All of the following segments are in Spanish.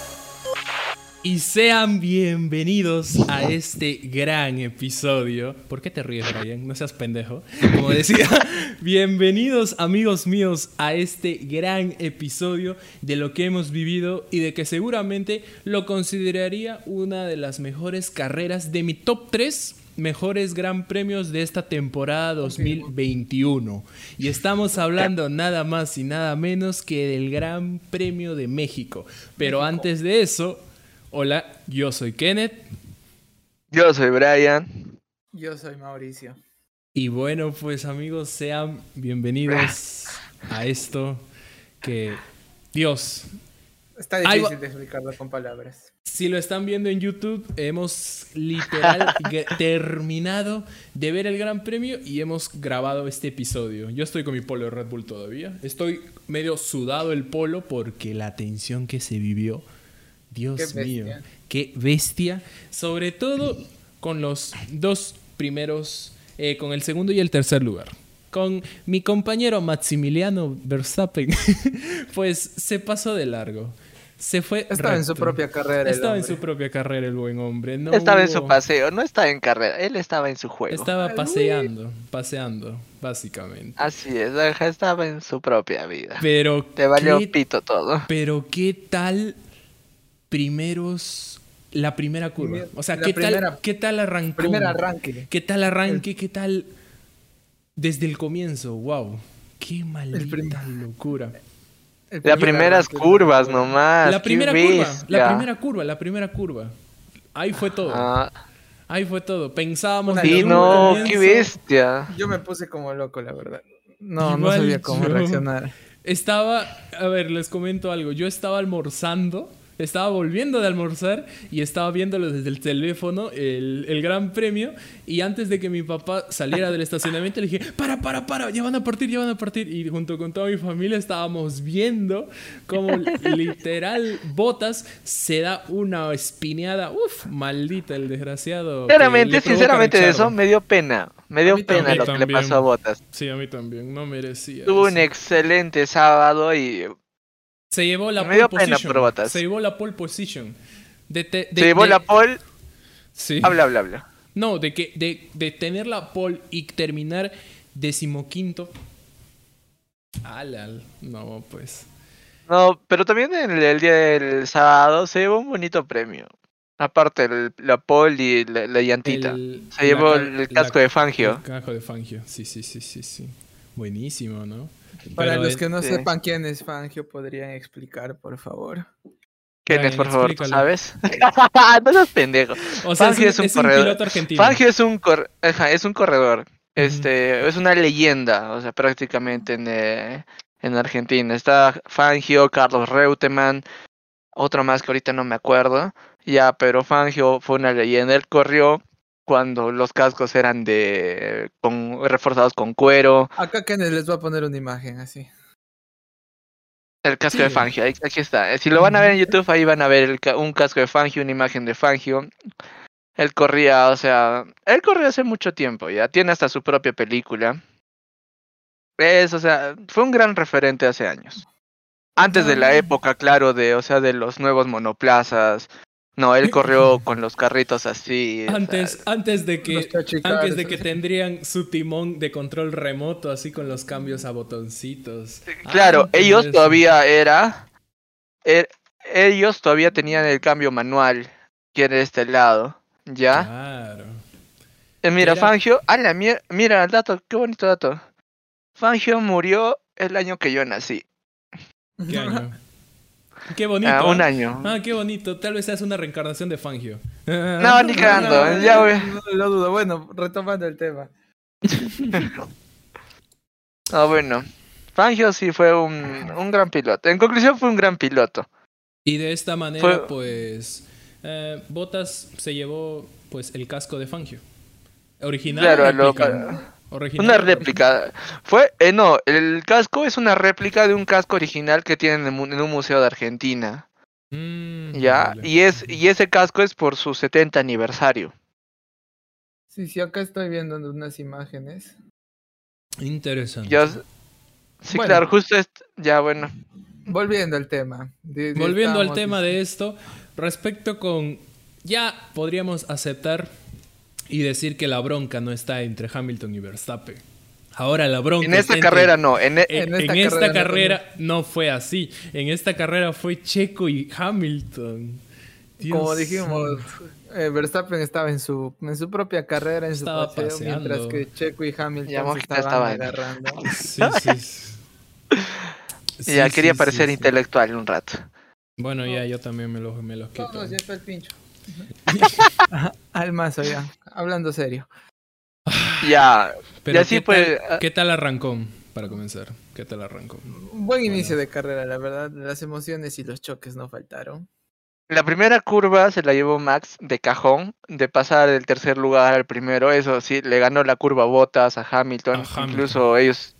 Y sean bienvenidos a este gran episodio. ¿Por qué te ríes, Brian? No seas pendejo. Como decía, bienvenidos amigos míos a este gran episodio de lo que hemos vivido y de que seguramente lo consideraría una de las mejores carreras de mi top 3 mejores gran premios de esta temporada 2021. Y estamos hablando nada más y nada menos que del Gran Premio de México. Pero antes de eso, Hola, yo soy Kenneth. Yo soy Brian. Yo soy Mauricio. Y bueno, pues amigos, sean bienvenidos a esto que Dios. Está difícil de explicarlo con palabras. Si lo están viendo en YouTube, hemos literal terminado de ver el Gran Premio y hemos grabado este episodio. Yo estoy con mi polo de Red Bull todavía. Estoy medio sudado el polo porque la tensión que se vivió. Dios qué mío, qué bestia. Sobre todo con los dos primeros, eh, con el segundo y el tercer lugar. Con mi compañero Maximiliano Verstappen, pues se pasó de largo. Se fue. Estaba recto. en su propia carrera. Estaba en su propia carrera el buen hombre. No estaba hubo... en su paseo, no estaba en carrera, él estaba en su juego. Estaba paseando, paseando, básicamente. Así es, estaba en su propia vida. Pero. Te valió qué... pito todo. Pero qué tal primeros la primera curva. O sea, ¿qué, primera, tal, ¿qué tal arrancó? Primer arranque. ¿Qué tal arranque? ¿Qué tal desde el comienzo? Wow. Qué maldita el locura. El Las primeras arranque, curvas nomás. La primera curva, la primera curva, la primera curva. Ahí fue todo. Ah. Ahí fue todo. Pensábamos Sí, no, qué bestia. Yo me puse como loco, la verdad. No, Igual no sabía cómo yo. reaccionar. Estaba, a ver, les comento algo. Yo estaba almorzando estaba volviendo de almorzar y estaba viéndolo desde el teléfono, el, el, gran premio, y antes de que mi papá saliera del estacionamiento le dije, para, para, para, ya van a partir, ya van a partir. Y junto con toda mi familia estábamos viendo como literal Botas se da una espineada, uff, maldita el desgraciado. Sinceramente, sinceramente de eso me dio pena. Me dio pena también, lo que también. le pasó a Botas. Sí, a mí también, no merecía. Tuvo un excelente sábado y se llevó la pole position. Se llevó la pole position. De te, de, se llevó de... la pole. Sí. Habla, habla, habla. No, de que de, tener la pole y terminar decimoquinto. Alal, no, pues. No, pero también en el, el, día del sábado se llevó un bonito premio. Aparte, el, la pole y la, la llantita. El, se llevó la, el casco la, de Fangio. El casco de Fangio, sí, sí, sí, sí, sí. Buenísimo, ¿no? Para Pero este, los que no sí. sepan quién es Fangio, ¿podrían explicar, por favor? ¿Quién es, por favor? ¿tú ¿Sabes? no seas pendejo. O sea, Fangio es un, es un corredor. piloto argentino. Fangio es un, cor... Ajá, es un corredor. Este, uh -huh. Es una leyenda, o sea, prácticamente en, eh, en Argentina. Está Fangio, Carlos Reutemann, otro más que ahorita no me acuerdo. Ya, pero Fangio fue una leyenda. Él corrió cuando los cascos eran de con, reforzados con cuero. Acá Kenneth les va a poner una imagen así. El casco sí. de Fangio, ahí, aquí está. Eh, Si lo van a ver en YouTube, ahí van a ver el, un casco de Fangio, una imagen de Fangio. Él corría, o sea, él corría hace mucho tiempo, ya tiene hasta su propia película. Es, o sea, fue un gran referente hace años. Antes de la época, claro, de, o sea, de los nuevos monoplazas, no, él corrió con los carritos así. Antes, eh, o sea, antes de que, antes de que tendrían su timón de control remoto, así con los cambios a botoncitos. Ah, Claro, antes ellos de... todavía era, er, ellos todavía tenían el cambio manual, que era este lado, ya. Claro. Eh, mira, era... Fangio, a la mierda, mira el dato, qué bonito dato. Fangio murió el año que yo nací. ¿Qué año? Qué bonito. Ah, un año. Ah, qué bonito. Tal vez seas una reencarnación de Fangio. No, ni cagando. No, no, ya voy. No, lo dudo. Bueno, retomando el tema. ah, bueno. Fangio sí fue un, un, gran piloto. En conclusión, fue un gran piloto. Y de esta manera, fue... pues. Eh, Botas se llevó pues el casco de Fangio. Original. Claro, lo, Original. Una réplica. Fue, eh, no, el casco es una réplica de un casco original que tienen en, mu- en un museo de Argentina. Mm, Ya, vale. y es, y ese casco es por su 70 aniversario. Sí, sí, acá estoy viendo unas imágenes. Interesante. Ya, s- sí, Bueno. claro, justo es, ya bueno. Volviendo al tema. de- de- Volviendo al estábamos tema dis- de esto, respecto con. Ya podríamos aceptar y decir que la bronca no está entre Hamilton y Verstappen. Ahora la bronca. En es esta entre- carrera no, en, e- En, En esta en esta carrera no carrera no fue así. En esta carrera fue Checo y Hamilton. Dios Como dijimos, eh, Verstappen estaba en su, en su propia carrera, en Estaba su paseo, mientras paseando. que Checo y Hamilton Ya, se Mojita estaban estaba en- agarrando. Sí, sí, sí. Sí, ya quería sí, parecer sí, sí. intelectual un rato. Bueno, ya yo también me los, me los quito. Todos, ya está el pincho. al mazo ya, hablando serio. Ya, Pero Y así, ¿qué tal- pues, ah- ¿Qué tal arrancón? Para comenzar, ¿qué tal arrancón? Un Buen inicio de carrera, la verdad. Las emociones y los choques no faltaron. la primera curva se la llevó Max de cajón, de pasar del tercer lugar al primero, eso sí, le ganó la curva a Bottas a Hamilton, A Hamilton. incluso ellos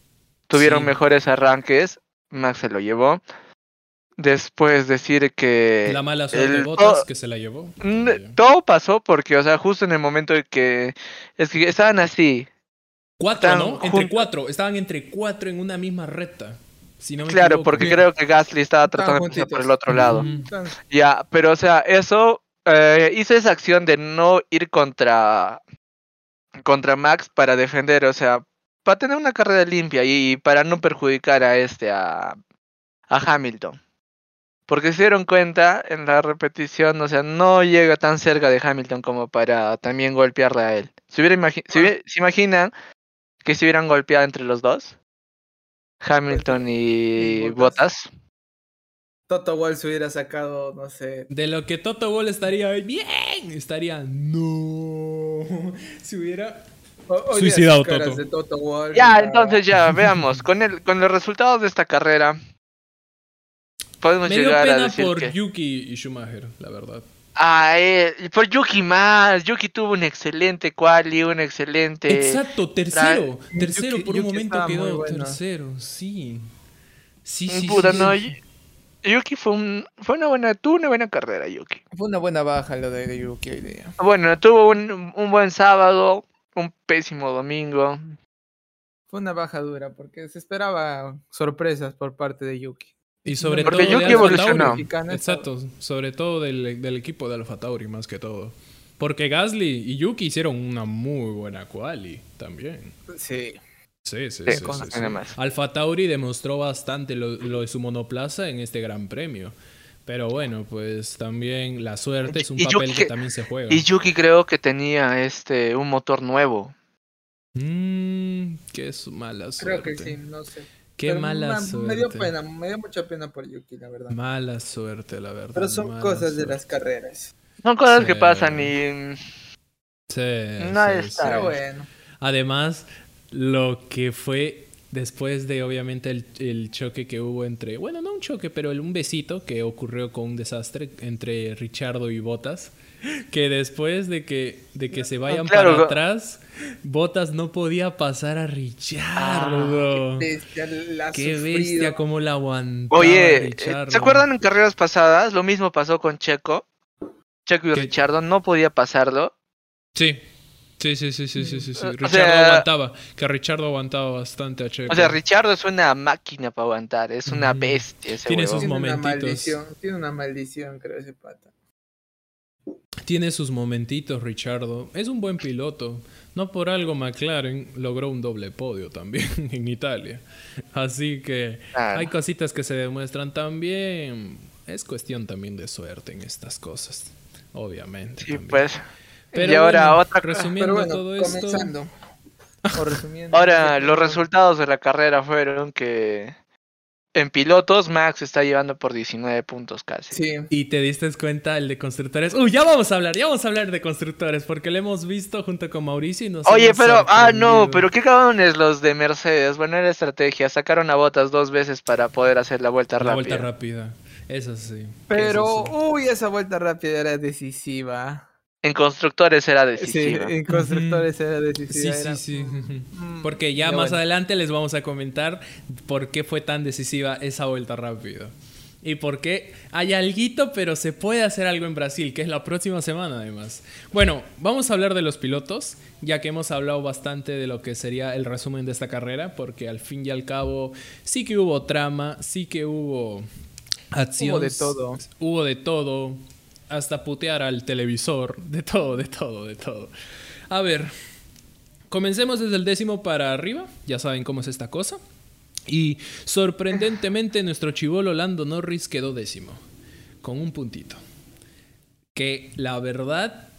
tuvieron Sí. mejores arranques, Max se lo llevó. Después decir que La mala suerte de Eh, el- Botas oh, que se la llevó. Mm, Oye. Todo pasó porque, o sea, justo en el momento en que. Es que estaban así. Cuatro, Tan ¿no? Entre junto- cuatro. Estaban entre cuatro en una misma recta. Si no me Claro, equivoco. porque creo que Gasly estaba Estaban tratando de pasar por juntitos. el otro lado. Mm, Entonces, Ya, pero, o sea, eso. eh, hizo esa acción de no ir contra. Contra Max para defender, o sea, para tener una carrera limpia y para no perjudicar a este, a. A Hamilton. Porque se dieron cuenta en la repetición, o sea, no llega tan cerca de Hamilton como para también golpearle a él. ¿Se, hubiera imagi- se, hubie- ¿se imaginan que se hubieran golpeado entre los dos? Hamilton y Y Bottas. Bottas. Toto Wolff hubiera sacado, no sé. De lo que Toto Ball estaría hoy, bien, estaría no. Si hubiera. ho- hoy día Suicidado, sus caras Toto. de Toto Wolff, Ya, la- entonces ya, veamos. Con, el, con los resultados de esta carrera, podemos Me dio Pues llegar a pena decir por que. Yuki y Schumacher, la verdad. Ah, eh, por Yuki más. Yuki tuvo un excelente quali, un excelente. Exacto, tercero. Yuki- tercero, por un Yuki momento estaba muy quedó bueno. tercero, sí. Sí, sí, Mm, Puta, sí. no, sí. Yu- Yuki fue, un, fue una buena, tuvo una buena carrera, Yuki. Fue una buena baja lo de Yuki hoy día. Bueno, tuvo un, un buen sábado, un pésimo domingo. Fue una baja dura porque se esperaba sorpresas por parte de Yuki. Y sobre Porque todo. de Yuki Alfa Tauri. evolucionó. Mexicana estaba- Exacto, sobre todo del, del equipo de Alfa Tauri más que todo. Porque Gasly y Yuki hicieron una muy buena quali también. Sí. Sí, sí, Sí, sí. sí, con- sí. además. Alfa Tauri demostró bastante lo, lo de su monoplaza en este gran premio. Pero bueno, pues también la suerte es un Y papel Yuki- que también se juega. Y Yuki creo que tenía este un motor nuevo. Mmm, qué es mala Creo suerte. que sí, no sé. Qué Pero mala me- suerte. Me dio pena, me dio mucha pena por Yuki, la verdad. Mala suerte, la verdad. Pero son mala cosas de suerte. las carreras. Son cosas que Sí. pasan y Sí, No sí, está sí. Pero bueno. Además, lo que fue después de obviamente el, el choque que hubo entre, bueno, no un choque, pero el- un besito que ocurrió con un desastre entre Richardo y Botas, que después de que, de que se vayan Ah, claro, para lo- atrás, Botas no podía pasar a Ah, Richardo. qué Bestia, la ha bestia, sufrido. cómo la aguantó. Oye, eh, ¿se acuerdan en carreras pasadas? Lo mismo pasó con Checo. Checo y Que- Richardo no podía pasarlo. Sí. Sí, sí, sí, sí, sí, sí. sí. O Richardo sea- aguantaba. Que Richardo aguantaba bastante a Checo. O sea, Richardo es una máquina para aguantar, es una Mm. bestia ese Tiene sus huevón. Tiene una momentitos. maldición, tiene una maldición, creo, ese pata. Tiene sus momentitos, Richardo. Es un buen piloto. No por algo McLaren logró un doble podio también en Italia. Así que Ah, hay cositas que se demuestran también. Es cuestión también de suerte en estas cosas. Obviamente. sí, también. pues. Pero y ahora bueno, otra Resumiendo Pero bueno, todo esto. comenzando. O resumiendo. Ahora, sí, los pero- resultados de la carrera fueron que en pilotos Max está llevando por 19 puntos casi. Sí, Y te diste cuenta el de constructores. Uy, ya vamos a hablar, ya vamos a hablar de constructores, porque lo hemos visto junto con Mauricio y nos Oye, hemos pero, ah, no, sorprendido. pero qué cabrones los de Mercedes. Bueno, era estrategia. Sacaron a Botas dos veces para poder hacer la vuelta La rápida. vuelta rápida. Eso sí. pero, eso sí. uy, esa vuelta rápida era decisiva. En constructores era Sí, decisiva. en constructores era Sí, decisiva. sí, era- sí. Mm, Porque ya pero más bueno. adelante les vamos a comentar por qué fue tan decisiva esa vuelta rápido. Y por qué hay alguito, pero se puede hacer algo en Brasil, que es la próxima semana además. Bueno, vamos a hablar de los pilotos, ya que hemos hablado bastante de lo que sería el resumen de esta carrera, porque al fin y al cabo sí que hubo trama, sí que hubo acción. Hubo de todo. Hubo de todo, hasta putear al televisor, de todo, de todo, de todo. A ver, Comencemos desde el décimo para arriba, ya saben cómo es esta cosa. Y sorprendentemente nuestro chivolo Lando Norris quedó décimo, con un puntito. Que la verdad,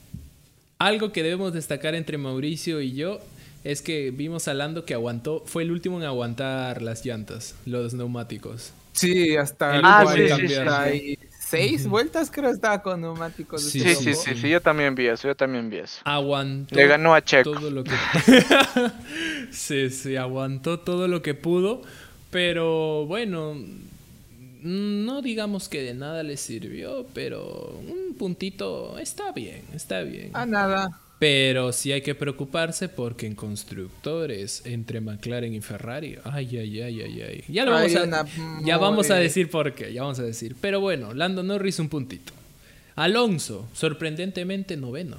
algo que debemos destacar entre Mauricio y yo es que vimos a Lando que aguantó, fue el último en aguantar las llantas, los neumáticos. Sí, hasta El Ah, cuarenta sí, y sí, sí, sí. seis vueltas creo estaba con neumáticos. ¿eh? Sí, Sí, este sí, loco. sí, sí, yo también vi eso, yo también vi eso. Aguantó. Le ganó a Checo. todo lo que se, se aguantó todo lo que pudo, pero bueno, mm, no digamos que de nada le sirvió, pero un puntito está bien, está bien. Ah, nada. Pero sí hay que preocuparse porque en constructores entre McLaren y Ferrari, ay, ay, ay, ay, ay. Ya lo vamos a, Hay una ya vamos a mole. decir por qué, ya vamos a decir. Pero bueno, Lando Norris un puntito. Alonso, sorprendentemente noveno.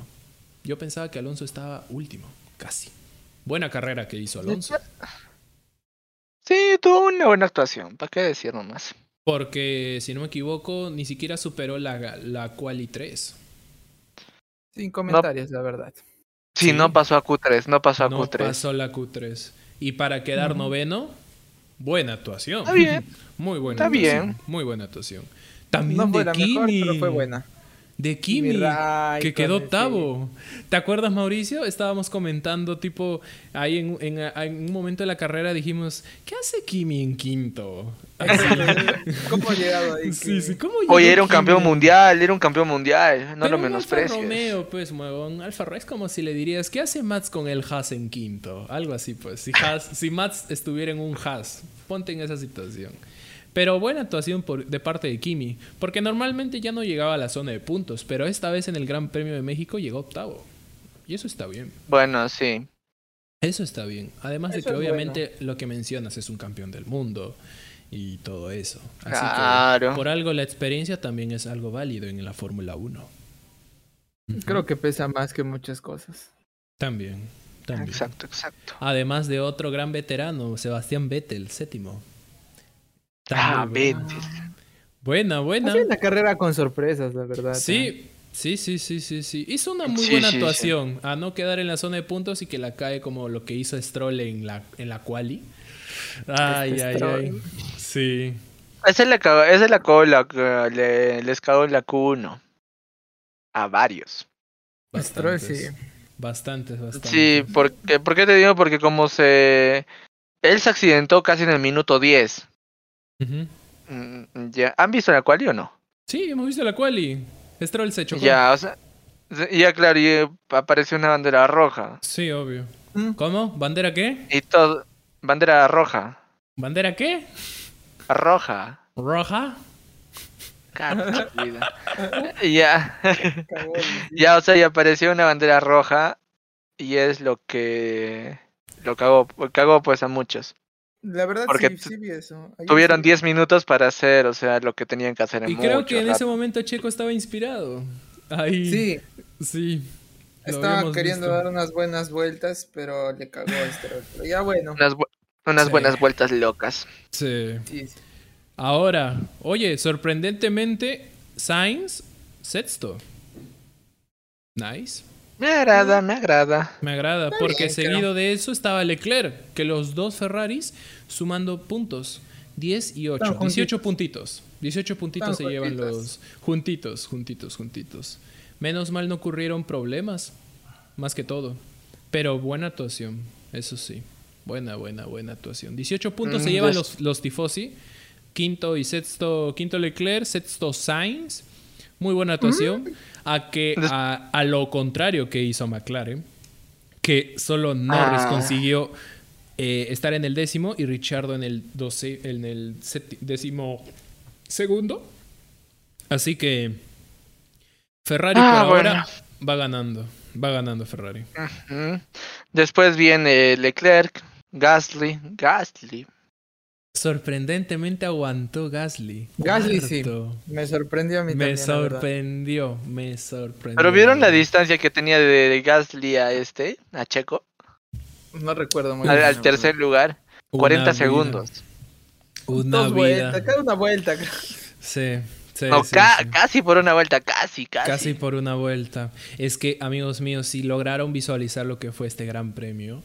Yo pensaba que Alonso estaba último, casi. Buena carrera que hizo Alonso. Sí, tuvo una buena actuación, ¿para qué decir nomás? Porque, si no me equivoco, ni siquiera superó la, la quali 3. Sin comentarios, la verdad. Sí, Sí. no pasó a Q3, no pasó a No Q3. pasó la Q3. Y para quedar noveno, buena actuación. Está bien. Muy buena Está actuación. bien. Muy buena actuación. También No fue de la Kimi. mejor, pero fue buena. De Kimi. Raikkonen, Que quedó sí. octavo. ¿Te acuerdas, Mauricio? Estábamos comentando, tipo, ahí en, en- en un momento de la carrera dijimos, ¿qué hace Kimi en quinto? Así. ¿Cómo ha llegado ahí? sí, sí, ¿cómo Oye, llegó era un Kimi? campeón mundial, era un campeón mundial, no Pero lo un Alfa menosprecies. Romeo, pues, huevón. Alfa Romeo es como si le dirías, ¿qué hace Mats con el Haas en quinto? Algo así, pues. Si, Haas- si Mats estuviera en un Haas, ponte en esa situación. Pero buena actuación por- de parte de Kimi, porque normalmente ya no llegaba a la zona de puntos, pero esta vez en el Gran Premio de México llegó octavo. Y eso está bien. Bueno, sí. Eso está bien. Además de Eso que es obviamente lo que mencionas es un campeón del mundo y todo eso. Así Claro. que por algo la experiencia también es algo válido en la Fórmula 1. Creo que pesa más que muchas cosas. También, también. Exacto, exacto. Además de otro gran veterano, Sebastián Vettel, séptimo. Ah, También Betis. buena, Ha buena. sido una carrera con sorpresas, la verdad. ¿eh? Sí, sí, sí, sí, sí, sí. Hizo una muy Sí, buena sí, sí. actuación. A no quedar en la zona de puntos y que la cae como lo que hizo Stroll en la, en la quali. Ay, Este ay, Stroll. ay. Sí. Esa es la cagó, esa la cagó la, que le, les cagó la Q1. A varios. Stroll, sí. Bastantes, bastantes. bastantes. Sí, porque, ¿por qué te digo? Porque como se... Él se accidentó casi en el minuto 10. Ujú. Mm, Ya. ¿Han visto la quali o no? Sí, hemos visto la quali. Stroll se chocó. Ya, o sea, ya claro, y eh, apareció una bandera roja. Sí, obvio. Mm. ¿Cómo? ¿Bandera qué? Y todo, bandera roja. ¿Bandera qué? Roja. ¿Roja? Caramba, vida. ya, Cagó el- ya, o sea, ya apareció una bandera roja y es lo que lo cagó, cagó pues a muchos. La verdad, Porque sí, sí vi eso. Ahí Tuvieron sí. 10 minutos para hacer, o sea, lo que tenían que hacer en Y creo mucho que en rato. ese momento Checo estaba inspirado. Ahí. Sí, Sí. lo estaba habíamos queriendo visto. dar unas buenas vueltas, pero le cagó a Stroll. Pero ya bueno. unas, bu- unas Sí. buenas vueltas locas. Sí. Sí, sí. Ahora, oye, sorprendentemente, Sainz, sexto. Nice. Me agrada, me agrada. Me agrada, porque bien, creo. seguido de eso estaba Leclerc, que los dos Ferraris sumando puntos. 10 y 8. Están 18 puntitos. 18 puntitos Están se llevan los juntitos, juntitos. juntitos, juntitos. Menos mal no ocurrieron problemas, más que todo. Pero buena actuación, eso sí. Buena, buena, buena actuación. 18 puntos se Mm, llevan des- los, los tifosi. Quinto y sexto, quinto Leclerc, sexto Sainz. Muy buena actuación. Mm. A que Des- a, a lo contrario que hizo McLaren, que solo Norris Ah. consiguió eh, estar en el décimo y Richardo en el doce, en el septi- décimo segundo. Así que Ferrari Ah, por ahora Ah, bueno. Va ganando, va ganando Ferrari. Ujú. Después viene Leclerc, Gasly, Gasly. Sorprendentemente aguantó Gasly. Gasly sí. Cuarto. Me sorprendió a mí Me también, la verdad. sorprendió, me sorprendió. Pero vieron la distancia que tenía de, de Gasly a este, a Checo, No recuerdo muy al, bien, al la tercer lugar, Una 40 vida, segundos. verdad. Una Dos vueltas, vida. cada una vuelta. Sí, sí, No, sí, ca- sí. casi por una vuelta, casi, casi. Casi por una vuelta. Es que, amigos míos, si lograron visualizar lo que fue este gran premio,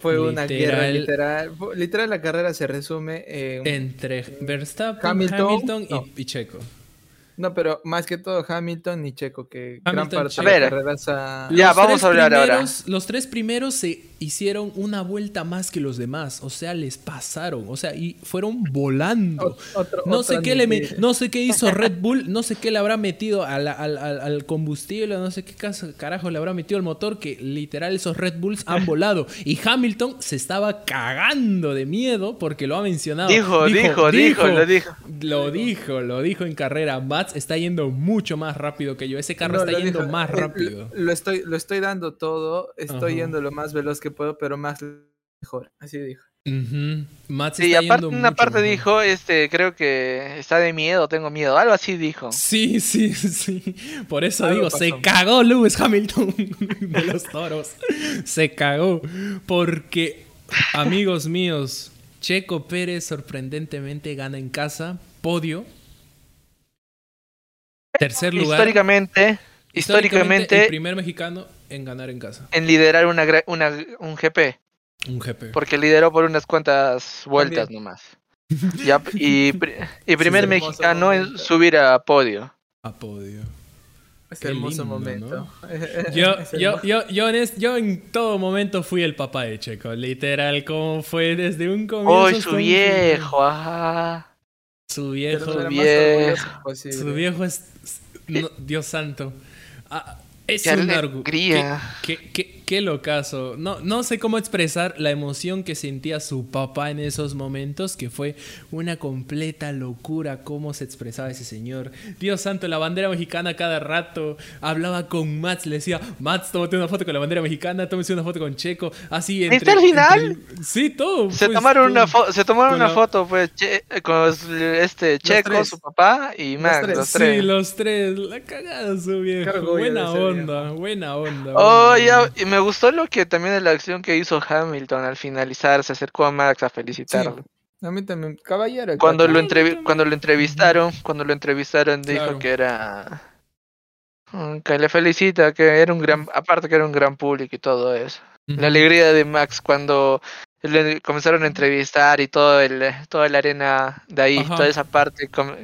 Fue una guerra Literal. literal. Fu- Literal la carrera se resume en... entre Verstappen, Hamilton, Hamilton, y, no. y Checo. No, pero más que todo Hamilton y Checo, que gran Hamilton, parte Checo. de A la ver. carrera esa- Ya, vamos tres a hablar ahora. primeros- Los tres primeros se hicieron una vuelta más que los demás. O sea, les pasaron. O sea, y fueron volando. Ot- otro- no, otro sé qué le me- nivel. no sé qué hizo Red Bull. No sé qué le habrá metido a la- al, al- al combustible. No sé qué cas- carajo le habrá metido el motor. Que literal esos Red Bulls han volado. Y Hamilton se estaba cagando de miedo porque lo ha mencionado. Dijo, dijo, dijo, lo dijo. Lo dijo, lo dijo en carrera. Mats está yendo mucho más rápido que yo. Ese carro No, está lo yendo dijo, más eh, rápido. Lo, lo estoy, lo estoy dando todo, estoy Ajá. yendo lo más veloz que puedo, pero más mejor. Así dijo. Ujú. Mats Sí, está aparte, yendo una mucho parte mejor. dijo, este, creo que está de miedo, tengo miedo, algo así dijo. Sí, sí, sí. Por eso Algo digo, pasó. se cagó Lewis Hamilton de los toros. Se cagó. Porque, amigos míos, Checo Pérez sorprendentemente gana en casa. Podio. Tercer lugar. Históricamente, El históricamente, primer mexicano en ganar en casa. en liderar una, gra- una, un GP, Un GP. porque lideró por unas cuantas vueltas nomás. Ya, y, pri- y primer hermoso mexicano en momento. subir a podio. A podio. Ese Qué hermoso lindo, momento. Yo, Ese yo, hermoso- yo, yo, en es- yo en todo momento fui el papá de Checo, literal, como fue desde un comienzo. Hoy hasta su un fin. viejo, ajá. Su Pero viejo, era lo más viejo. orgulloso posible. su viejo es. no, Dios santo. Ah, es Qué un argu- alegría. Qué, qué, qué- qué locazo. No, no sé cómo expresar la emoción que sentía su papá en esos momentos, que fue una completa locura cómo se expresaba ese señor. Dios santo, la bandera mexicana cada rato. Hablaba con Mats, le decía, Mats, tómate una foto con la bandera mexicana, tómese una foto con Checo. Así entre, ¿Viste el final? entre- sí, todo. Se pues, tomaron todo. una foto, se tomaron con una la- foto pues Che- con los- este Checo, tres. su papá y Max, tres. los tres. Sí, los tres. La cagada su viejo. Qué orgullo Buena de ese onda, buena onda. Oh, buena ya, onda. y me gustó lo que también de la acción que hizo Hamilton al finalizar, se acercó a Max a felicitarlo. A mí también, caballero. el Cuando cuate. lo entrevi- cuando lo entrevistaron, cuando lo entrevistaron dijo Claro. que era mm, que le felicita, que era un gran, aparte que era un gran público y todo eso. La alegría de Max cuando le comenzaron a entrevistar y todo el, toda la arena de ahí, Ajá. toda esa parte com-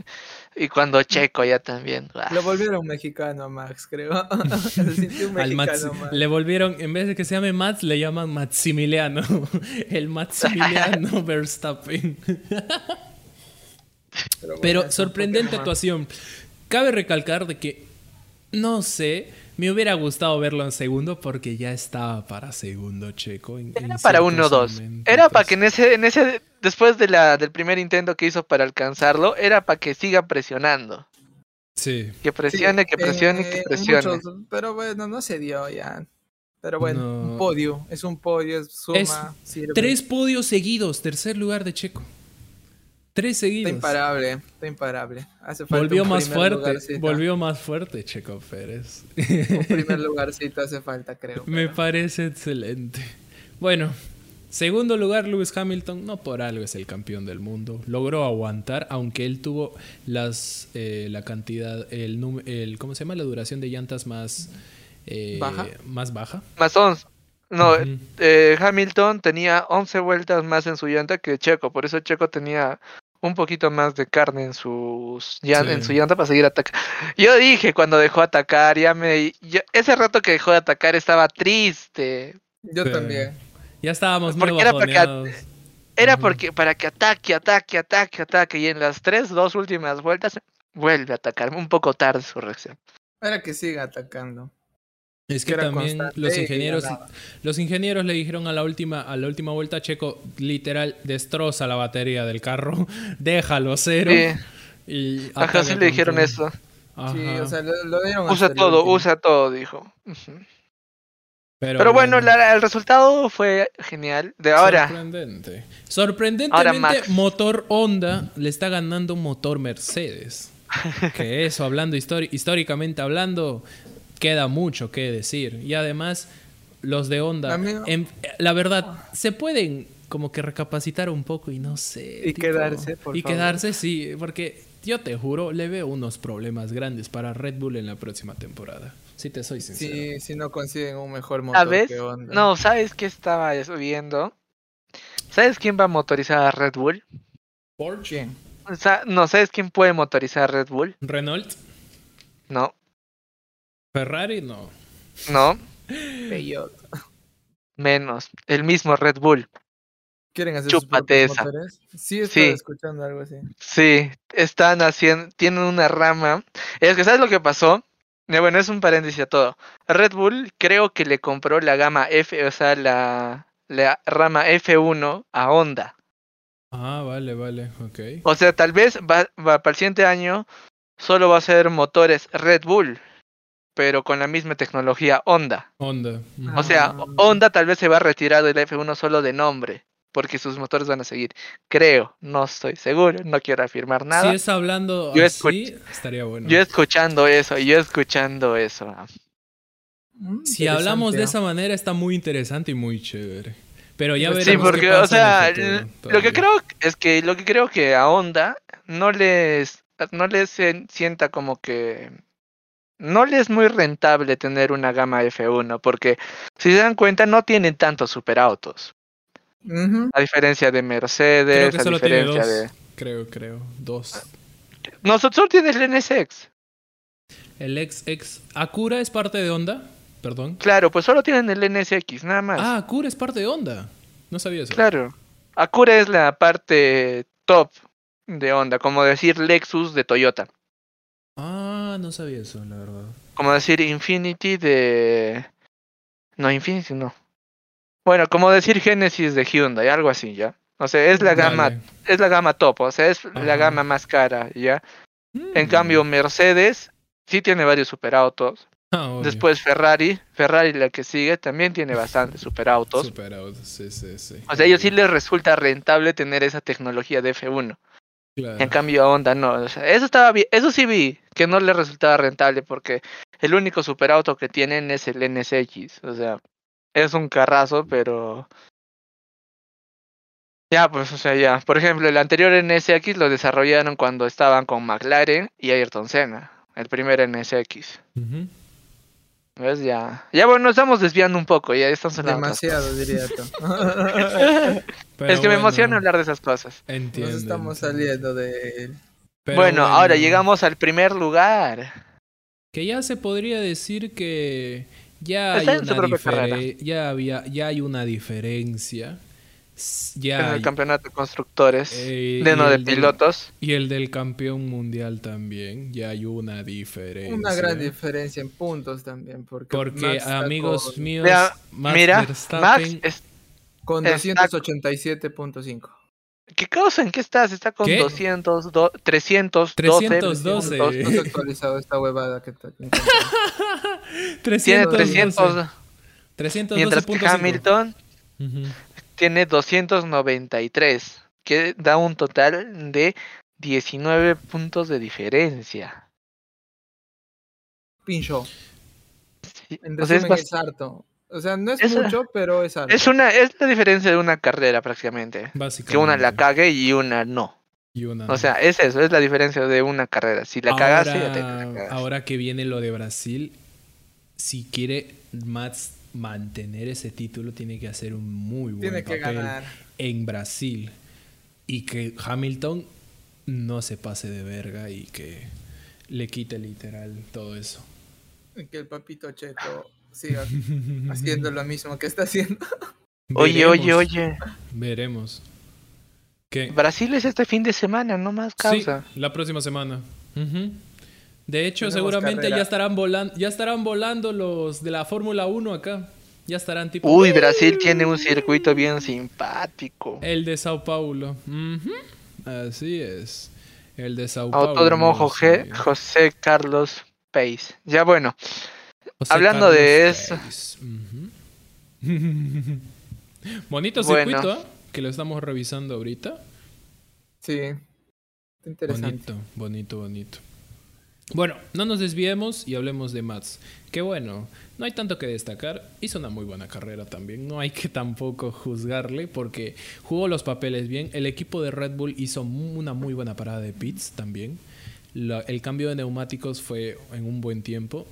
y cuando Checo ya también. ah. Lo volvieron mexicano a Max, creo. Se sintió un Al Mats- mexicano Max. le volvieron, en vez de que se llame Mats, le llaman Maximiliano. El Maximiliano Verstappen. bueno, es Pero un sorprendente Pokémon. actuación. Cabe recalcar de que, no sé, me hubiera gustado verlo en segundo porque ya estaba para segundo checo. en- en Era para ciertos 1-2. momentos. Era para que en ese, en ese, después de la, del primer intento que hizo para alcanzarlo, era para que siga presionando. Sí. Que presione, que Sí, presione, eh, que presione. muchos, pero bueno, no se dio ya. Pero bueno, No. un podio. Es un podio, es suma. Es sirve. Tres podios seguidos, tercer lugar de checo. Tres Está seguidos. imparable, está imparable. Hace falta Volvió un más primer fuerte, lugarcito. volvió más fuerte Checo Pérez. Un primer lugarcito hace falta, creo. Me pero- parece excelente. Bueno, segundo lugar Lewis Hamilton, no por algo es el campeón del mundo. Logró aguantar, aunque él tuvo las eh, la cantidad, el, num- el ¿cómo se llama? La duración de llantas más eh, ¿Baja? más baja. Más 11. No, Ujú. eh, Hamilton tenía 11 vueltas más en su llanta que Checo. Por eso Checo tenía un poquito más de carne en, sus llan- Sí. en su llanta para seguir atacando. Yo dije cuando dejó atacar, ya me. ya- ese rato que dejó de atacar estaba triste. Yo Sí. también. Ya estábamos muy Porque era porque- bajoneados. Era Ujú. porque para que ataque, ataque, ataque, ataque. Y en las tres, dos últimas vueltas, vuelve a atacarme. Un poco tarde su reacción. Era que siga atacando. Es que que era también constante los y ingenieros, ganaba. los ingenieros le dijeron a la última, a la última vuelta a Checo, literal, destroza la batería del carro, déjalo cero. Sí, Y ajá, sí ataca le dijeron con todo. eso. Sí, Ajá. o sea, lo, lo dieron Usa hasta el todo, último. usa todo, dijo. Ujú. Pero bueno, la- el resultado fue genial. De ahora, Sorprendente. Sorprendentemente, Ahora, Max. motor Honda le está ganando un motor Mercedes. Que eso, hablando histori- históricamente hablando, queda mucho que decir. Y además, los de Honda, A mí no. en- la verdad, se pueden como que recapacitar un poco y no sé. Y quedarse, por Y favor. quedarse, sí, porque yo te juro, le veo unos problemas grandes para Red Bull en la próxima temporada. Si te soy sincero. Sí, si no consiguen un mejor motor ¿sabes? que Honda. No, ¿sabes qué estaba eso viendo? ¿Sabes quién va a motorizar a Red Bull? Porsche, ¿Quién? O sea, no, ¿sabes quién puede motorizar a Red Bull? Renault, No, Ferrari, no. no, Peugeot. menos. El mismo Red Bull. ¿Quieren hacer Chúpate sus esa. propios motores? Sí, estoy Sí. escuchando algo Mm, así. Sí, están haciendo, tienen una rama. Es que, ¿sabes lo que pasó? Ya, Bueno, es un paréntesis a todo. Red Bull creo que le compró la gama F, o sea, la, la rama F1 a Honda. Ah, vale, vale, ok. O sea, tal vez va, va para el siguiente año solo va a ser motores Red Bull, pero con la misma tecnología Honda. Honda. ujú. O sea, Ah. Honda tal vez se va a retirar del F1 solo de nombre, porque sus motores van a seguir. Creo, no estoy seguro, no quiero afirmar nada. si es hablando Yo así, estaría bueno. Yo escuchando eso, yo escuchando eso. ah. Mm, si hablamos de interesante, esa manera, está muy interesante y muy chévere. Pero ya Sí, veremos. Sí, qué porque, pasa o sea, en el l- futuro lo que todavía. creo es que lo que creo que a Honda no les no les en- sienta como que no les es muy rentable tener una gama F1 porque si se dan cuenta no tienen tantos superautos, ¿no? Ujú. a diferencia de Creo Mercedes, que a solo tiene diferencia dos. de Creo, creo. Dos. Nosotros tienes el NSX. El ex, ex. Akura es parte de Honda. Perdón. Claro, pues solo tienen el NSX, nada más. Ah, Akura es parte de Honda. No sabía eso. Claro. Acura es la parte top de Honda, como decir Lexus de Toyota, Ah, no sabía eso, la verdad. como decir Infinity de... No, Infinity no. Bueno, como decir Genesis de Hyundai, algo así, ¿ya? O sea, es la gama, Dale. es la gama top, o sea, es Ajá. la gama más cara, ¿ya? En Mm. cambio, Mercedes sí tiene varios superautos. Ah, obvio. Después Ferrari, Ferrari la que sigue, también tiene bastantes superautos. Superautos, sí, sí, sí. O sea, a ellos sí les resulta rentable tener esa tecnología de F1. En Claro. cambio a Honda no, o sea, eso estaba bien, eso sí vi que no le resultaba rentable porque el único superauto que tienen es el NSX, o sea, es un carrazo, pero ya pues, o sea, ya, por ejemplo, el anterior NSX lo desarrollaron cuando estaban con McLaren y Ayrton Senna, el primer NSX. Ujú. ¿Ves? Ya. Ya bueno, nos estamos desviando un poco, ya estamos en la otra. Demasiado, diría tú. Pero Es que me emociona bueno, hablar de esas cosas. Entiendo. Nos estamos entiendo. saliendo de... Pero bueno, ahora bueno. llegamos al primer lugar. Que ya se podría decir que ya hay Está en su una propia difere- carrera. ya había ya hay una diferencia. S- en Ya el hay- campeonato de constructores, Eh, de no y de el del- pilotos. y el del campeón mundial también, ya hay una diferencia. Una gran diferencia en puntos también, porque, Porque Max está amigos con, míos, Vea, Max Mira, Max, Verstappen- es- con está- 287.5. ¿qué cosa? ¿En qué estás? Está con ¿Qué? 200, do- 300, 312. 200, No se ha actualizado esta huevada que está. Tiene 312, 312.5. 300, mientras que Hamilton Ujú. tiene 293, que da un total de 19 puntos de diferencia. Pincho. Sí, En o sea, es resumen, bas- es harto. O sea, no es, Es- mucho, pero es harto. es una es la diferencia de una carrera prácticamente, Básicamente. que una la cague y una no. Y una no. O sea, es eso, es la diferencia de una carrera. Si la cagaste, ya te- la ahora, cagaste. ahora que viene lo de Brasil, si quiere Max mantener ese título, tiene que hacer un muy buen Tiene que papel ganar. en Brasil. Y que Hamilton no se pase de verga y que le quite literal todo eso. Que el papito Checo siga haciendo lo mismo que está haciendo. Oye, oye, Veremos, oye. Veremos. ¿Qué? Brasil es este fin de semana, no más Sí, causa. la próxima semana. Ujú. De hecho, Tenemos seguramente carrera. ya estarán volando, ya estarán volando los de la Fórmula 1 acá. Ya estarán tipo Uy, Brasil tiene un circuito Eh, bien simpático. El de Sao Paulo. Ujú. Así es. El de Sao Paulo. Autódromo no lo Jorge, sabía. José Carlos Pace. Ya bueno, José hablando Carlos de eso. Pérez. Ujú. Bonito Bueno. circuito, ¿eh? que lo estamos revisando ahorita. Sí. Está Interesante. Bonito, bonito, bonito. Bueno, no nos desviemos y hablemos de Mats. Que bueno, no hay tanto que destacar. Hizo una muy buena carrera también. No hay que tampoco juzgarle porque jugó los papeles bien. El equipo de Red Bull hizo mu- una muy buena parada de pits también. La- el cambio de neumáticos fue en un buen tiempo.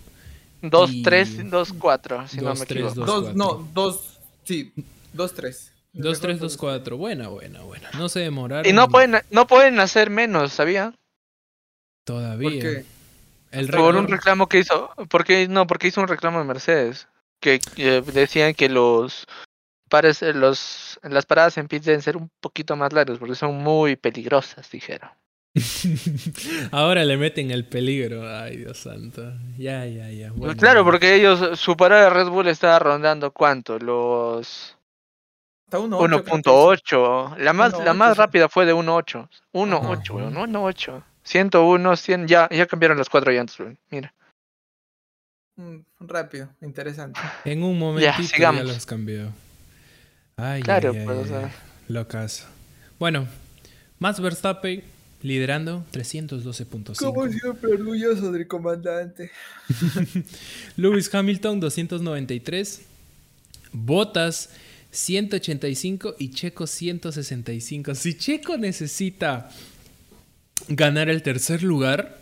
Y- 2-3, 2-4, si no Dos, me tres, equivoco. dos, Dos, cuatro. no, dos. Sí, dos, tres. El 2, mejor 3, fue 2, 4. Buena, buena, buena. No se demoraron. Y no pueden, no pueden hacer menos, ¿sabía? Todavía. ¿Por qué? El Por un récord- reclamo que hizo. Porque no, porque hizo un reclamo de Mercedes. Que, que decían que los pares, eh, los las paradas en pits deben ser un poquito más largas porque son muy peligrosas, dijeron. Ahora le meten el peligro. Ay, Dios santo. Ya, ya, ya. Bueno, Pues claro, bueno. porque ellos, su parada de Red Bull estaba rondando cuánto, los Está uno ocho, creo que 1.8. La más, la 1.8, más sí. rápida fue de 1.8. 1.8, Ajá. weón, 1.8. 101, 100, ya, ya cambiaron las cuatro llantas, weón, Mira. es. Mm, Rápido, interesante. En un momentito ya, sigamos. los cambió. Ay, Claro, ay, ay, pues, o ay, sea. ay. Locazo. Bueno, Max Verstappen liderando 312.5. siempre, orgulloso del comandante. Lewis Hamilton 293. Botas 185 y Checo 165. Si Checo necesita ganar el tercer lugar,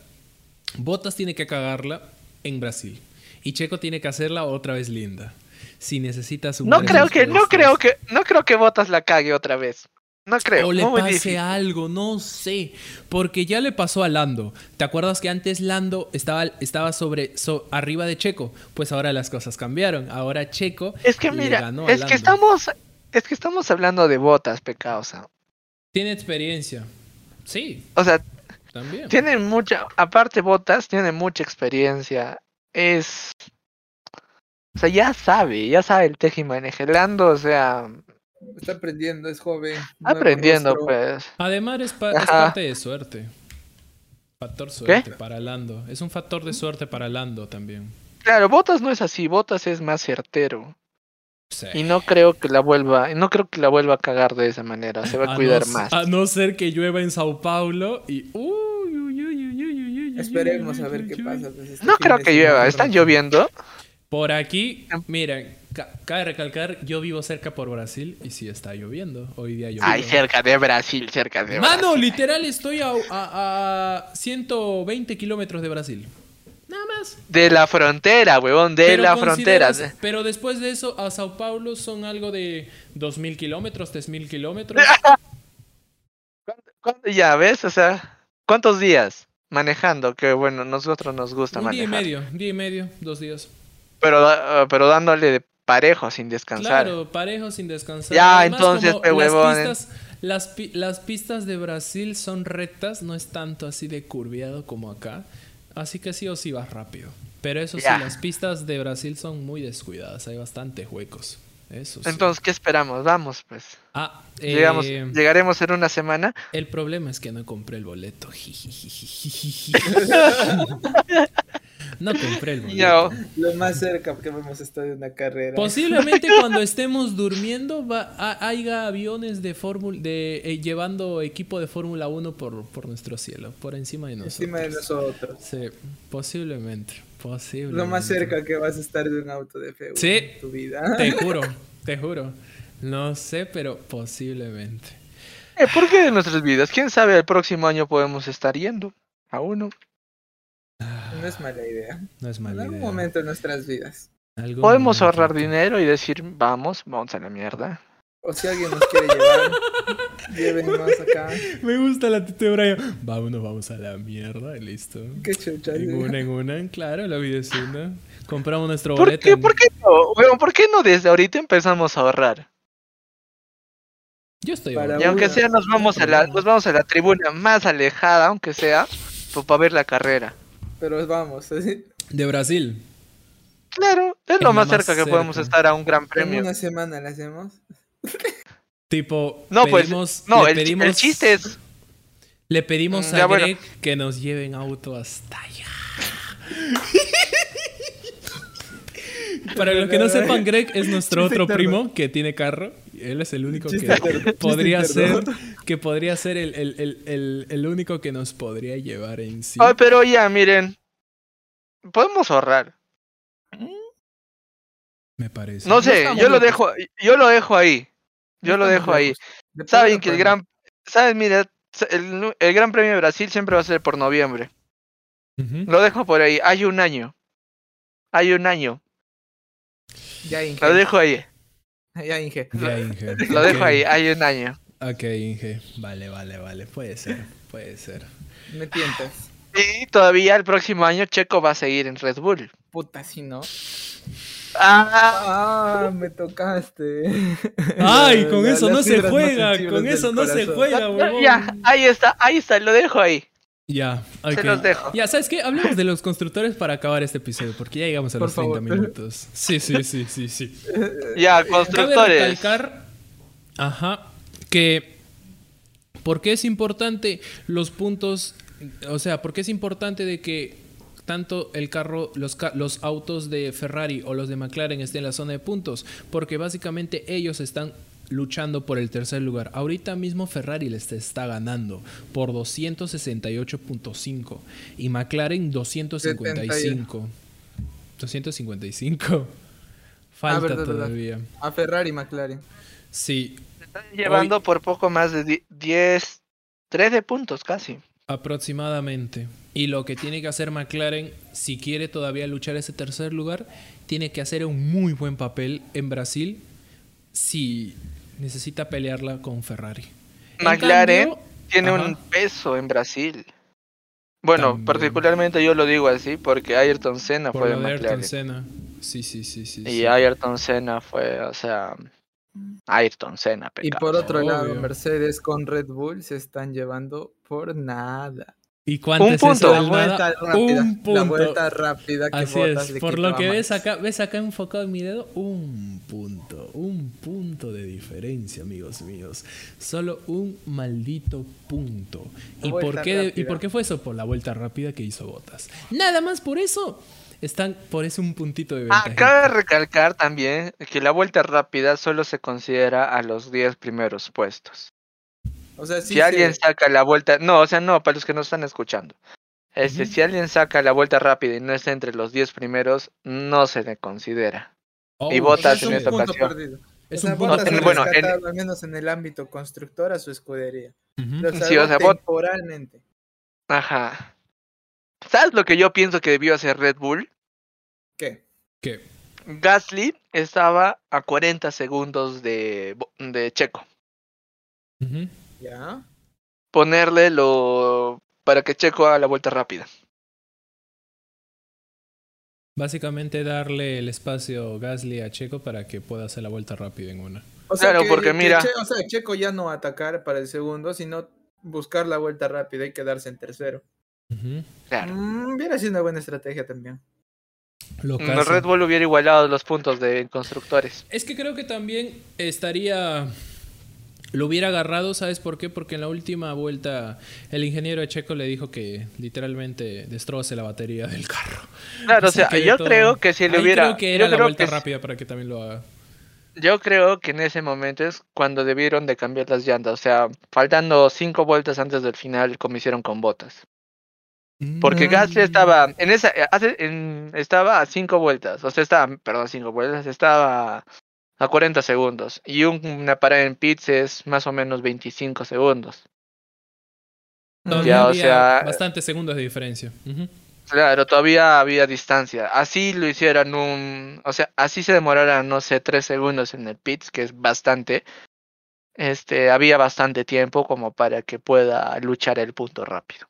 Botas tiene que cagarla en Brasil. Y Checo tiene que hacerla otra vez linda. Si necesita su No creo que, no creo que, no creo que Botas la cague otra vez. No creo. O le muy pase difícil. algo, no sé. Porque ya le pasó a Lando. ¿Te acuerdas que antes Lando estaba, estaba sobre so- arriba de Checo? Pues ahora las cosas cambiaron. Ahora Checo Es que le mira, ganó a es Lando. que estamos, es que estamos hablando de botas, pecausa. tiene experiencia. Sí, O sea, también. tienen mucha, aparte botas, tienen mucha experiencia. Es, o sea, ya sabe, ya sabe el teje y maneje. Lando, o Ah, sea, Está aprendiendo, es joven. nuevo aprendiendo, rostro. pues. Además es, pa- es Ajá. parte de suerte. Factor suerte para Lando. Es un factor de suerte para Lando también. Claro, botas no es así, botas es más certero. Sí. Y no creo que la vuelva, no creo que la vuelva a cagar de esa manera. Se va a cuidar Ah, no, más. A no ser que llueva en Sao Paulo y... uy, uy, uy, uy, uy, uy, uy, uy, Esperemos a uy, ver uy, qué uy. pasa. pues, este pues. No fin creo de que semana. llueva, están lloviendo. Por aquí, Em- mira, ca- cabe recalcar, yo vivo cerca por Brasil y sí está lloviendo. Hoy día llovió. Ay, cerca de Brasil, cerca de Mano, Brasil. literal estoy a, a- a 120 kilómetros de Brasil. Nada más. De la frontera, huevón, de Pero la frontera. consideras- Pero después de eso, a Sao Paulo son algo de 2.000 kilómetros, 3.000 kilómetros. Ah, ¿Cuánto- Ya, ¿ves? O sea, ¿cuántos días manejando? Que bueno, nosotros nos gusta Un día y manejar. medio, día y medio, dos días. Pero, da- pero dándole de parejo sin descansar. Claro, parejo sin descansar. Ya, entonces, como pe ¿eh? las huevones. pistas, las, pi- las pistas de Brasil son rectas, no es tanto así de curviado como acá. Así que sí o sí vas rápido. Pero eso Ya. sí, las pistas de Brasil son muy descuidadas, hay bastantes huecos. Eso sí. Entonces, ¿qué esperamos? Vamos, pues. ah, eh, Llegamos, llegaremos en una semana. el problema es que no compré el boleto. no compré el boleto. Ya, oh, Lo más cerca que hemos estado de una carrera. Pues Posiblemente cuando estemos durmiendo va, ha- haya aviones de fórmula de eh, llevando equipo de Fórmula 1 por, por nuestro cielo, por encima de nosotros. encima de nosotros. Sí, posiblemente, posiblemente. Lo más cerca que vas a estar de un auto de F1 Sí. en tu vida. Te juro, te juro. No sé, pero posiblemente. eh, ¿Por qué de nuestras vidas? ¿Quién sabe? El próximo año podemos estar yendo a uno. No es mala idea. No es En mala algún idea. momento en nuestras vidas. Algún Podemos momento. ahorrar dinero y decir, vamos, vamos a la mierda. O si alguien nos quiere llevar, llévenos acá. Me gusta la actitud de Brian. Vámonos, vamos a la mierda, y listo. Qué chucha. En una, en una, claro, la vida es una. Compramos nuestro ¿Por boleto. qué, en- ¿Por qué no? Weón, ¿Por qué no desde ahorita empezamos a ahorrar? Yo estoy Para ahorrando. Y aunque sea, nos vamos a la, nos vamos a la tribuna más alejada, aunque sea, para ver la carrera. Pero vamos, así, de Brasil. Claro, es Es lo lo más más cerca que podemos cerca. estar a un gran en premio. una semana la hacemos. Tipo, No, pedimos, pues, no, le el, chi- el pedimos- chiste es, Le pedimos a Ya, bueno. Greg que nos lleven auto hasta allá. Para los que no sepan, Greg es nuestro Chiste otro interno. primo que tiene carro. Él es el único que Chiste interno, chiste podría ser, interno. que podría ser el, el- el- el- el único que nos podría llevar en sí. Ay, pero ya, miren. Podemos ahorrar. Me parece. No sé, estamos yo lo locos. dejo, yo lo dejo ahí. Yo lo estamos dejo ahí. locos. De Saben pronto que el podemos. gran, saben, mira, el, nu- el Gran Premio de Brasil siempre va a ser por noviembre. Ujú. Lo dejo por ahí. Hay un año. Hay un año. Ya Inge. Lo dejo ahí. Ya Inge. Ya, Inge. Lo dejo Ok. ahí. Hay un año. Ok, Inge. Vale, vale, vale. Puede ser. Puede ser. Me tientas. Y todavía el próximo año Checo va a seguir en Red Bull. Puta, si no. Ah, Ah, me tocaste. Ay, con La- eso las no se fibras más juega. sensibles Con del eso no se corazón. juega, ya, huevón. ya, ahí está, ahí está, lo dejo ahí. Ya, Se ok. los dejo. Ya, ¿sabes qué? Hablemos de los constructores para acabar este episodio, porque ya llegamos a Por los 30 favor. minutos. Sí, sí, sí, sí, sí. Ya, Cabe constructores. recalcar, ajá, que ¿por qué es importante los puntos? O sea, ¿por qué es importante de que tanto el carro, los, ca- los autos de Ferrari o los de McLaren estén en la zona de puntos? Porque básicamente ellos están luchando por el tercer lugar. Ahorita mismo Ferrari les está ganando por 268.5 y McLaren 255. 255. Falta Ah, verdad, verdad. todavía. A Ferrari McLaren. Sí, Están llevando por poco más de die- 10, 13 puntos casi. aproximadamente. Y lo que tiene que hacer McLaren, si quiere todavía luchar ese tercer lugar, tiene que hacer un muy buen papel en Brasil si necesita pelearla con Ferrari. En McLaren cambio, tiene ajá. un peso en Brasil. Bueno, También. particularmente yo lo digo así porque Ayrton Senna por fue de lo de McLaren. Ayrton Senna. Sí, sí, sí, sí. y sí. Ayrton Senna fue, o sea, Ayrton Senna. Y pecado. por otro lado, Obvio. Mercedes con Red Bull se están llevando por nada. ¿Y cuánto Un es eso punto. del La vuelta nada? rápida. Un La punto. vuelta rápida que Así botas es, le por quitaba lo que ves más. acá, ves acá enfocado en mi dedo, un punto, un punto de diferencia, amigos míos. Solo un maldito punto. ¿Y Vuelta por, qué, ¿Y rápida. por qué fue eso? Por la vuelta rápida que hizo Botas. Nada más por eso. Están por ese un puntito de Ah, ventaja. cabe recalcar también que la vuelta rápida solo se considera a los 10 primeros puestos. O sea, sí si se- alguien saca la vuelta, no, o sea, no, para los que no están escuchando. Este, Ujú. si alguien saca la vuelta rápida y no está entre los 10 primeros, no se le considera. Oh, y o sea, Botas es en un esta punto ocasión. perdido. Es O sea, un punto. Bottas en- ha de bueno, en- rescatado, al menos en el ámbito constructor a su escudería. Ujú. Lo Sí, salvó o sea, Bot- temporalmente. Ajá. ¿Sabes lo que yo pienso que debió hacer Red Bull? ¿Qué? ¿Qué? Gasly estaba a 40 segundos de, Bo- de Checo. Ujú. ¿Ya? Ponerle lo. para que Checo haga la vuelta rápida. Básicamente darle el espacio Gasly a Checo para que pueda hacer la vuelta rápida en una. O sea, Claro, que- porque que mira- Che- o sea, Checo ya no atacar para el segundo, sino buscar la vuelta rápida y quedarse en tercero. Ujú. Claro. Mm, viene siendo una buena estrategia también. Lo No, casi. Red Bull hubiera igualado los puntos de constructores. Es que creo que también estaría. Lo hubiera agarrado, ¿sabes por qué? Porque en la última vuelta el ingeniero de Checo le dijo que literalmente destroce la batería del carro. Claro, o Así sea, que de yo todo. creo que si le Ahí hubiera. Creo que era yo, la creo vuelta que, rápida para que también lo haga. yo creo que en ese momento es cuando debieron de cambiar las llantas. O sea, faltando 5 vueltas antes del final, como hicieron con botas. Porque Gasly estaba en esa eh, hace- en- estaba a cinco vueltas, o sea, estaba, perdón, cinco vueltas, estaba a 40 segundos y un- una parada en pits es más o menos 25 segundos. Todavía Ya, o había sea- bastantes segundos de diferencia. Ujú. Claro, todavía había distancia. Así lo hicieran un, o sea, así se demorara no sé tres segundos en el pits, que es bastante. Este, había bastante tiempo como para que pueda luchar el punto rápido.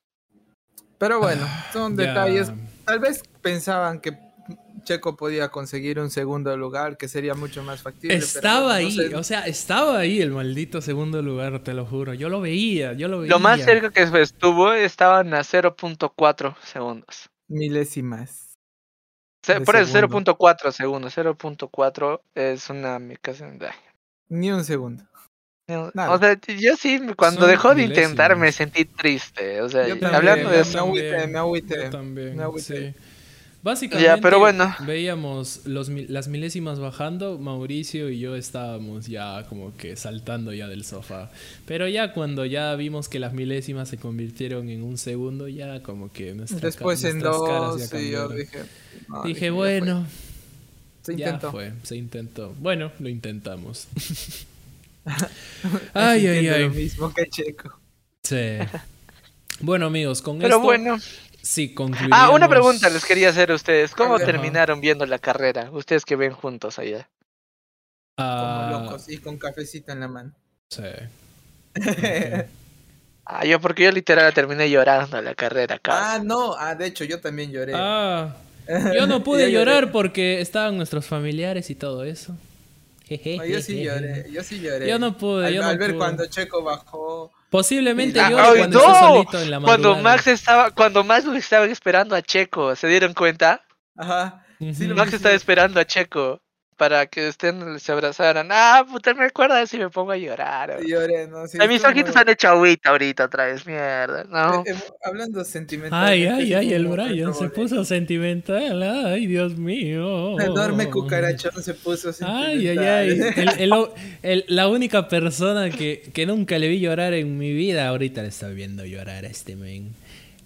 Pero bueno, son Ya. detalles. Tal vez pensaban que Checo podía conseguir un segundo lugar, que sería mucho más factible. pero bueno, Estaba no ahí, sé. o sea, estaba ahí el maldito segundo lugar, te lo juro. Yo lo veía, yo lo veía. Lo más cerca que estuvo estaban a 0.4 segundos. Milésimas. Se- de por eso segundo. 0.4 segundos, 0.4 es una mi- casi- ay, Ni un segundo. No, Nada. O sea, yo sí, cuando Son dejó de intentar milésimas. me sentí triste. O sea, Yo y también, hablando de yo eso. también. agüité, me agüité, eh, Yo también, me agüité. sí. Básicamente, Ya, pero bueno. veíamos los, mil- las milésimas bajando, Mauricio y yo estábamos ya como que saltando ya del sofá. Pero ya cuando ya vimos que las milésimas se convirtieron en un segundo, ya como que nuestra ca- Después en nuestras caras ya dos y yo cambiaron. dije... no, Dije, ya fue. bueno, Se ya intentó. fue, se intentó. Bueno, lo intentamos. ay, ay, Sintiendo Lo ay. mismo que Checo. Sí. Bueno, amigos, con Pero esto bueno. sí concluimos. Ah, una pregunta les quería hacer a ustedes. ¿Cómo Ajá. terminaron viendo la carrera? Ustedes que ven juntos allá. Ah, Como locos y con cafecita en la mano. Sí. Ah, yo porque yo literal terminé llorando la carrera Ah, casi. no. Ah, de hecho, yo también lloré. Ah, yo no pude Yo lloré. llorar porque estaban nuestros familiares y todo eso. Jeje. No, yo sí lloré, yo sí lloré. Yo no pude, Al, yo no al ver pude. cuando Checo bajó. Posiblemente Ah, llore ay, cuando esté solito en la madrugada. cuando Max estaba, cuando Max lo estaba esperando a Checo, ¿se dieron cuenta? Ajá. sí lo Ujú. Max estaba esperando a Checo para que estén se abrazaran. Ah, puta, me acuerda si me pongo a llorar. Sí lloré, ¿no? Sí, Ay, mis estuvo ojitos muy- han hecho agüita ahorita otra vez, mierda. No. Eh, eh, hablando sentimental. Ay, ay, ay, el Brian brayo se puso sentimental. Ay, Dios mío. Enorme cucarachón se puso Ay, ay, sentimental. ay. El- el- el- la única persona que, que nunca le vi llorar en mi vida, ahorita le está viendo llorar a este men.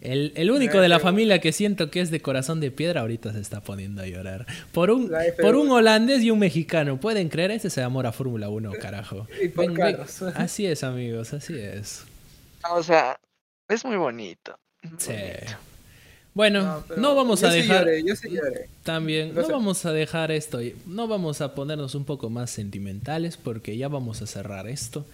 El, el único de la F1. familia que siento que es de corazón de piedra, ahorita se está poniendo a llorar. Por un, La F1. por un holandés y un mexicano. ¿Pueden creer? Ese se amor a Fórmula 1, carajo. Y por carros. Así es, amigos, así es. O sea, es muy bonito. Sí. Bueno, no, pero vamos yo a sí dejar. lloré, yo sí lloré. También, No no sé. vamos a dejar esto, y- no vamos a ponernos un poco más sentimentales porque ya vamos a cerrar esto.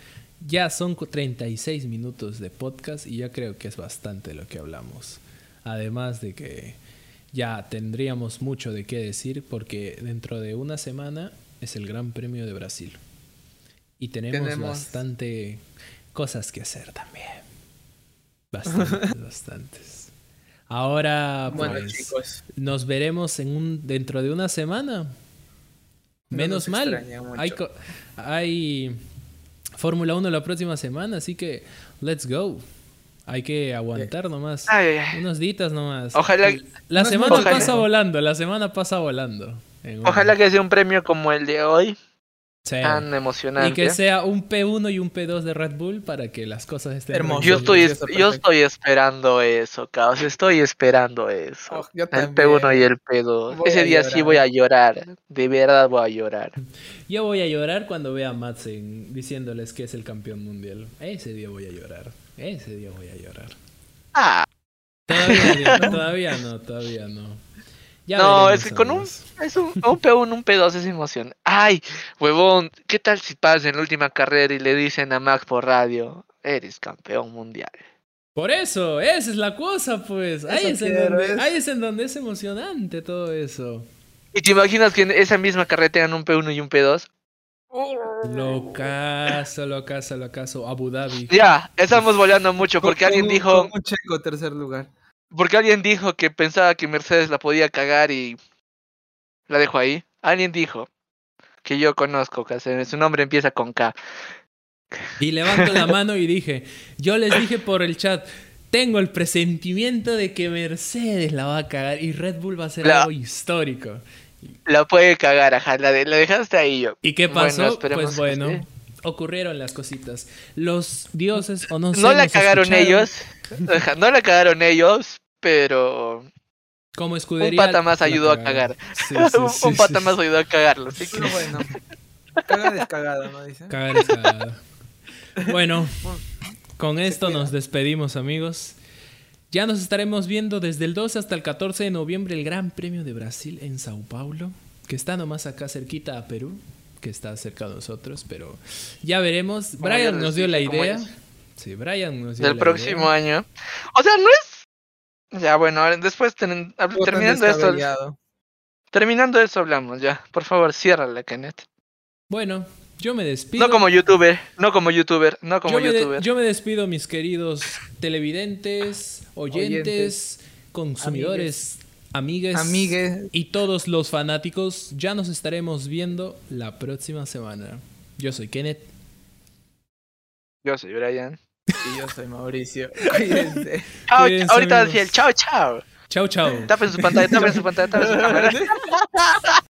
Ya son cu- 36 minutos de podcast y ya creo que es bastante lo que hablamos. Además de que ya tendríamos mucho de qué decir porque dentro de una semana es el Gran Premio de Brasil. Y tenemos, Tenemos- bastante cosas que hacer también. Bastantes, bastantes. Ahora, pues, Bueno, chicos. nos veremos en un, dentro de una semana. No Menos nos mal. extraña mucho. Hay, co- hay Fórmula 1 la próxima semana, así que let's go. Hay que Eh. aguantar nomás. Ay, ay, ay. Unos ditas nomás. Ojalá- La No es semana mucho. pasa Ojalá. volando, la semana pasa volando. En una- Ojalá que sea un premio como el de hoy, Sí. tan emocionante. Y que sea un P1 y un P2 de Red Bull para que las cosas estén Hermoso. Yo tranquilas. estoy, Sí, está yo perfecto. estoy esperando eso, caos. Estoy esperando eso. Oh, yo el también. P1 y el P2. Voy Ese a día sí llorar. voy a llorar. De verdad voy a llorar. Yo voy a llorar cuando vea a Madsen diciéndoles que es el campeón mundial. Ese día voy a llorar. Ese día voy a llorar. Ah, Todavía no, todavía no, todavía no. Ya no, veremos, es que con un, amigos. es un, un P1, un P2 es emoción. Ay, huevón, ¿qué tal si pasa en la última carrera y le dicen a Max por radio? Eres campeón mundial. Por eso, esa es la cosa, pues. Ahí Eso es, en quiero, donde, es- ahí es en donde es emocionante todo eso. ¿Y te imaginas que en esa misma carrera tengan un P1 y un P2? Locazo, locazo, locazo. Abu Dhabi. Ya, estamos volando mucho porque Con- alguien con- dijo, con Un Checo tercer lugar. porque alguien dijo que pensaba que Mercedes la podía cagar y la dejó ahí. Alguien dijo que yo conozco, que se- su nombre empieza con K. Y levanto la mano y dije, yo les dije por el chat, tengo el presentimiento de que Mercedes la va a cagar y Red Bull va a ser La- algo histórico. La puede cagar, ajá, la, de- la dejaste ahí yo. ¿Y qué Bueno, pasó? esperemos pues que bueno, sí. ocurrieron las cositas. Los dioses o no sé, No la nos cagaron escucharon. ellos, ajá, no la cagaron ellos, pero Como escudería. pata más la ayudó a cagaron. Sí, sí, un, sí, un pata sí. más ayudó a cagarlo. Así que Pero bueno. Caga descagada, ¿no? Dice. Cagar es cagada. Bueno, con esto nos despedimos, amigos. Ya nos estaremos viendo desde el 12 hasta el 14 de noviembre el Gran Premio de Brasil en Sao Paulo, que está nomás acá cerquita a Perú, que está cerca de nosotros, pero ya veremos. Como ya Brian les nos dio la dije, como idea. es. Sí, Brian nos dio del la próximo idea. año. O sea, no es. Ya, bueno, ahora después ten- hab- Estuvo tan terminando esto, descabellado. terminando eso hablamos ya. Por favor, cierra la caneta. Bueno, yo me despido. No como youtuber, no como youtuber, no como yo, me de- youtuber. yo me despido, mis queridos televidentes, oyentes, Oyentes. consumidores, amigues, Amigues. y todos los fanáticos. Ya nos estaremos viendo la próxima semana. Yo soy Kenneth. Yo soy Brian. Y yo soy Mauricio. Cuídense. Chao, Cuídense, ahorita amigos. decía el chao, chao. Chau, chau. Tapen su pantalla, tapen su pantalla, tapen su cámara.